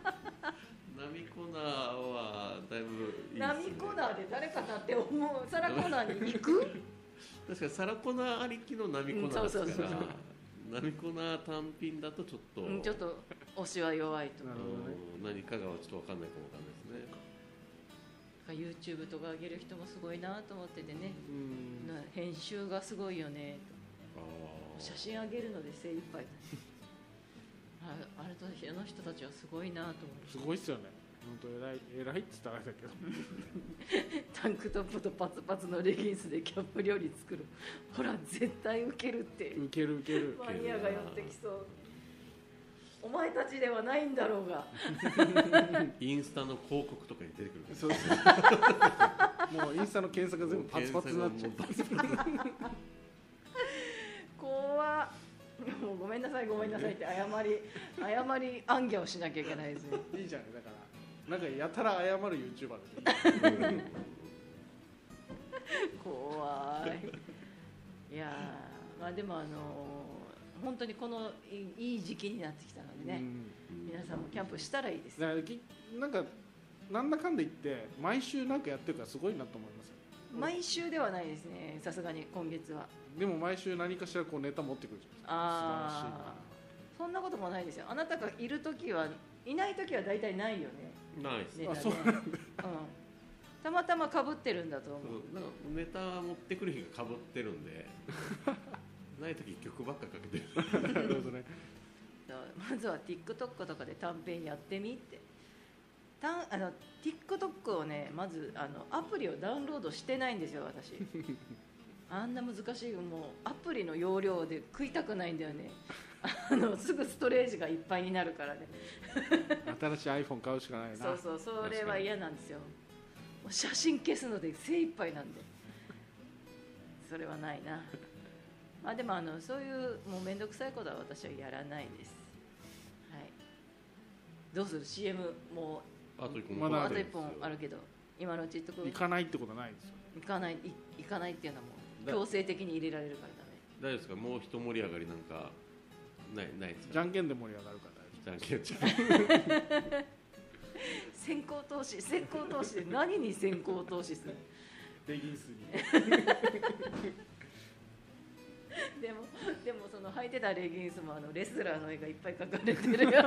はだいぶいいですナねミコナーで誰かだって思うサラコナーに行く確かにサラコナありきのナミコナですかうんそうそうらそうナミコナ単品だとちょっとうんちょっと推しは弱いとなかるほどねうん何かがちょっとわかんないかもわかんないですね YouTube とか上げる人もすごいなと思っててねうんな編集がすごいよねあー写真あげるので精一杯ああれとあの人たちはすごいなと思すごいっすよね本当偉い偉いっつったらあれだけどってタンクトップとパツパツのレギンスでキャップ料理作るほら絶対ウケるってウケるウケるマニアが寄ってきそうお前たちではないんだろうがインスタの広告とかに出てくるそう [LAUGHS] そうもうインスタの検索が全部パツパツになっちゃうもうパツパツ怖っもうごめんなさいごめんなさいって謝り謝り暗記をしなきゃいけないですねいいじゃないだからなんかやたら謝る YouTuber で怖いいやーまあでもあのー本当にこのいいいい時期になってきたのでうね、ん皆さんもキャンプしたらいいですだからきなんかなんだかんだ言って毎週なんかやってるからすごいなと思いますよ毎週ではないですねさすがに今月はでも毎週何かしらこうネタ持ってくるじゃん素晴らしいああそんなこともないですよあなたがいる時はいない時は大体ないよねないですネねタねあそううんたまたまかぶってるんだと思うそうなんかネタ持ってくる日がかぶってるんで [LAUGHS] ない時曲ばっかかけてるななるほどねだからまずは TikTok とかで短編やってみってたんあの TikTok をねまずあのアプリをダウンロードしてないんですよ [LAUGHS] 私あんな難しいもうアプリの容量で食いたくないんだよねあのすぐストレージがいっぱいになるからね新しい iPhone 買うしかないなそうそうそれは嫌なんですよもう写真消すので精一杯なんでそれはないなあでもあのそういうもう面倒くさいことは私はやらないです。はい。どうする CM もあと一本まうだあ [LAUGHS] あると一本あるけど今のうち言っとく行かないってことはないですよね行かないい行かないっていうのはもうだ強制的に入れられるからダメ。大丈夫ですかもう一盛り上がりなんかないないですじゃかんけんで盛り上がるから大じゃんけんち [LAUGHS] ゃん先行投資先行投資で何に先行投資する丈夫でギスにでも [LAUGHS] でもその履いてたレギンスもあのレスラーの絵がいっぱい描かれてるよ [LAUGHS]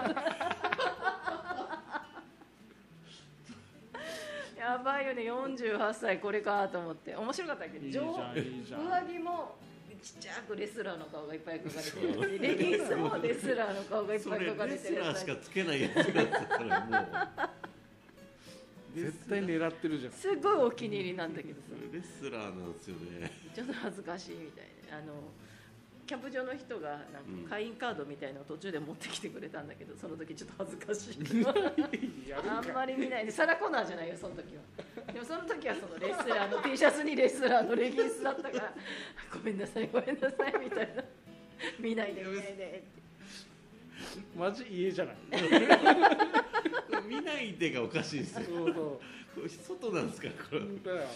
やばいよね48歳これかと思って面白かったけいどいじゃ上んいいじゃん上着もちっちゃくレスラーの顔がいっぱい描かれてるしレギンスもレスラーの顔がいっそぱいれ描かれレてスるラーしかつけないやつだったらもう絶対狙ってるじゃんすごいお気に入りなんだけどさレスラーなんですよねちょっと恥ずかしいみたいなあのキャンプ場の人がなんかうん会員カードみたいのを途中で持ってきてくれたんだけどその時ちょっと恥ずかしいやるあんかまり見ないでサラコナーじゃないよその時はでもその時はそのレスラーの T シャツにレスラーのレギンスだったからごめんなさいごめんなさいみたいな見ないで見ないでマジ家じゃない見ないでがおかしいんですよそうそこれ外なんですからこれう本当だよ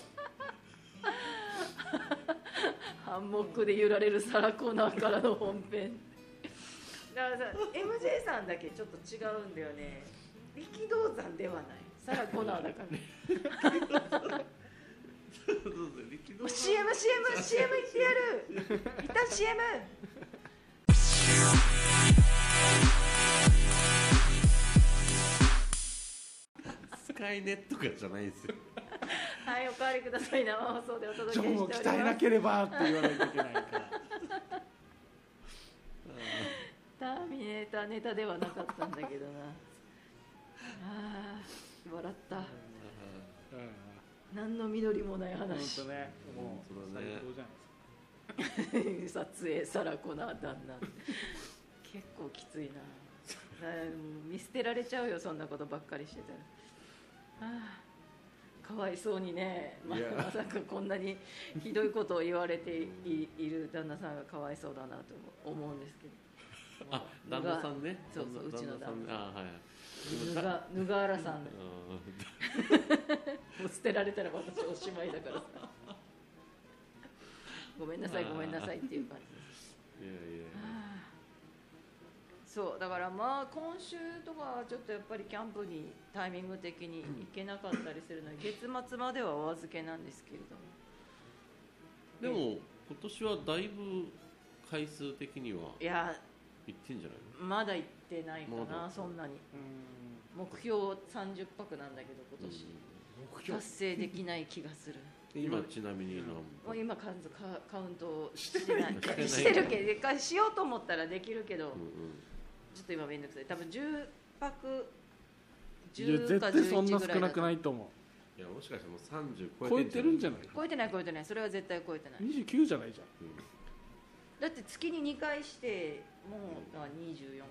ハンモックで揺られるサラコナーからの本編だからさ MJ さんだけちょっと違うんだよね力道山ではないサラコナーだからそうそう力道 CM CM CM 言ってやる [LAUGHS] 一旦 CM スカイネットかじゃないんですよはいおかわりください生放送でお届ジけしておョりンをます鍛えなければって言わないといけないからターミネーターネタではなかったんだけどなあー笑ったうん何の緑もない本話当ねもう本当だ最ね高じゃないですか撮影サラコナー旦那結構きついなあーもう見捨てられちゃうよそんなことばっかりしてたらあーかわいそうにねまいやまさかこんなにひどいことを言われていいる旦那さんがかわいそうだなと思うんですけどあ旦那さんねそうそう旦那うちの旦那さんあはいぬがぬがわらさんうんもう捨てられたら私おしまいだからさ [LAUGHS] ごめんなさいあーごめんなさいっていう感じですいやいやいやそうだからまあ今週とかはちょっとやっぱりキャンプにタイミング的に行けなかったりするので月末まではお預けなんですけれどもでも今年はだいぶ回数的にはいやいってんじゃないのまだ行ってないかまなだそんなにうん目標30泊なんだけど今年、達成できない気がする今ちなみに何もう本今カウントカカウントしてないしてないしてるけどでかしようと思ったらできるけど、うんうんちょっと今めんどくさい多分10泊いや10絶か対そん11なぐら少いだなとくないと思いやもしかしたらもう30う超超ええててるるんんじじゃゃなないい超えてない超えてないそれは絶対超えてない29じゃないじゃんだって月に2回してもうあ24か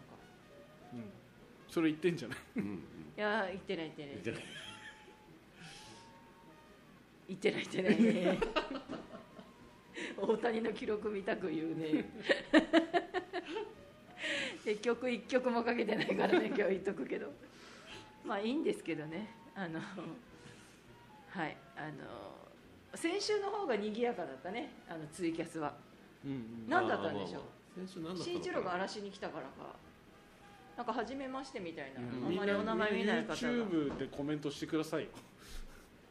うんそれ言ってんじゃないうんういんやー行ってない行ってないうん [LAUGHS] じゃない行ってない行ってない [LAUGHS] ね大谷の記録見たく言うね結局1曲もかけてないから [LAUGHS] ね今日言っとくけどまあいいんですけどねあのはいあの先週の方が賑やかだったねあのツイキャスはうん何だったんでしょうまあまあまあ先週何だった新の一か郎がな荒らしに来たからかなんか初めましてみたいな、うんあんまりお名前見ない方が YouTube でコメントしてくださいよ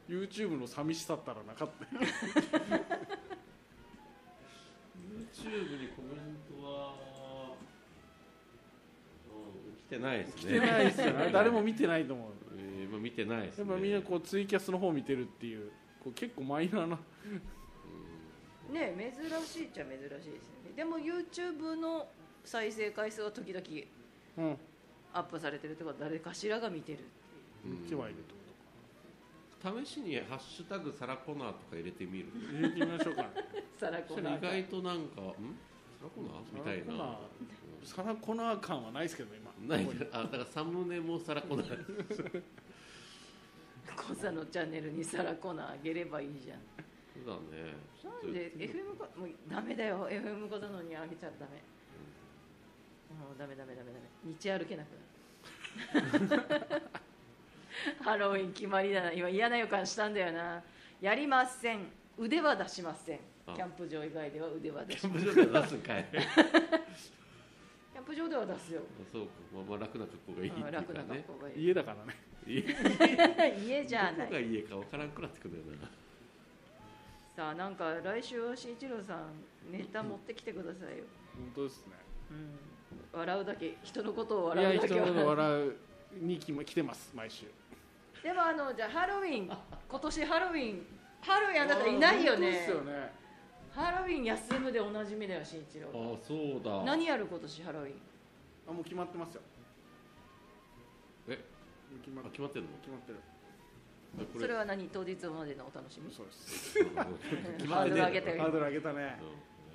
YouTube の寂しさったらなかったよ YouTube にコメントは、うん、来てないですね来てないですよね誰も見てないと思うえーまあ、見てないですやっねぱみんなこうツイキャスの方見てるっていうこう結構マイナーなね珍しいっちゃ珍しいですよねでも YouTube の再生回数は時々うんアップされてるってことは誰かしらが見てるっていううん見てはいるってこ試しに「ハッシュタグサラコナー」とか入れてみるとか入れてみましょうかサラコそれナー意が外となんか「んサラコナー?」みたサいラコナなーサラコナー感はないですけど今うんないここにあだからサムネもサラ [LAUGHS] コナーコザのチャンネルにサラコナーあげればいいじゃんうそうだねちょっとなんやっでてみよう FM こもうダメだよ FM こなのにあげちゃダメもうダメダメダメダメ道歩けなくなるハロウィン決まりだな今嫌な予感したんだよなやりません腕は出しませんあキャンプ場以外では腕はキ出しャンませんプ場で出すんか [LAUGHS] いあキャンプ場では出すよそうか、まあ、まあ楽な格好がいいっていうあかね楽な格好がいい家だからねい家じゃなどこがい家かわからんくなってくるよな [LAUGHS] さあなんか来週は慎一郎さんネタ持ってきてくださいよ、本当ですねうん、笑うだけ人のことをい笑うやだ人けのは笑うに来ま来てます毎週 [LAUGHS] でもあのじゃあハロウィン今年ハロウィンハロウィンあなたいないよ本当ねですよねハロウィン休むでおなじみだよ慎一あ郎あそうだ何やる今年ハロウィンあもう決まってますよえ決まっあ決決まってんのまってるあこそれは何当日までのお楽しみそうです決ハまっーてドねえルだ上ろげてハードル上げたね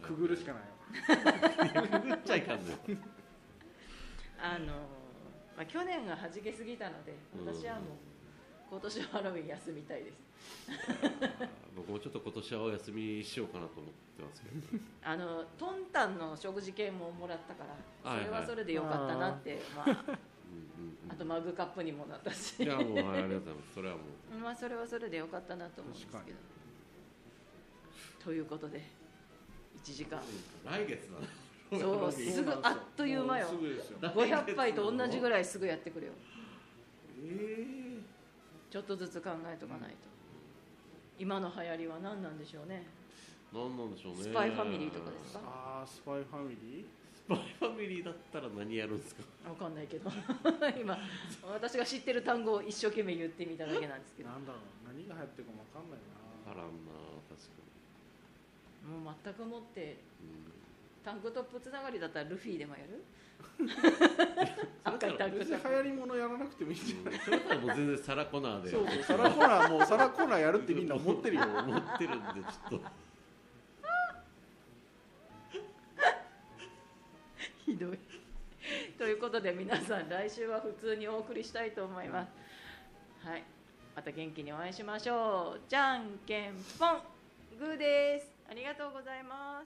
うんくぐるしかないよくぐっちゃいかんのよあのーまあ、去年がはじけすぎたので私はもう今年はハロウィン休みたいですうん僕もちょっと今年はお休みしようかなと思ってますけどあのトンタンの食事券ももらったからはいはそれはそいれでよかったなってまあ、うんうんうんあとマグカップにもなったしいやもうはいありがとうございますそれはもう [LAUGHS] まあそれはそれでよかったなと思うんですけ確かどということで1時間来月だなそうすぐあっという間よもうすぐですよ500杯と同じぐらいすぐやってくるよえちょっとずつ考えとかないと、今の流行りは何なんでしょうねえなんなんでしょうねスパイファミリーとかですかああスパイファミリースパイファミリーだったら何やるんですかわかんないけど [LAUGHS] 今私が知ってる単語を一生懸命言ってみただけなんですけどもなんだろう何が流行ってるかもわかんないあならんな確かう全くもってに、うんタンクトップつながりだったらルフィでもやる赤いタンク別トにップ流行りものやらなくてもいいんじゃうんそれならもう全然サラコナーなでいそうそうサラコナーもうサラコナーやるってみんな思ってるよ思ってるんでちょっと [LAUGHS] ひどい。ということで皆さん来週は普通にお送りしたいと思います。はい。また元気にお会いしましょう。じゃんけんぽん。グーです。ありがとうございます。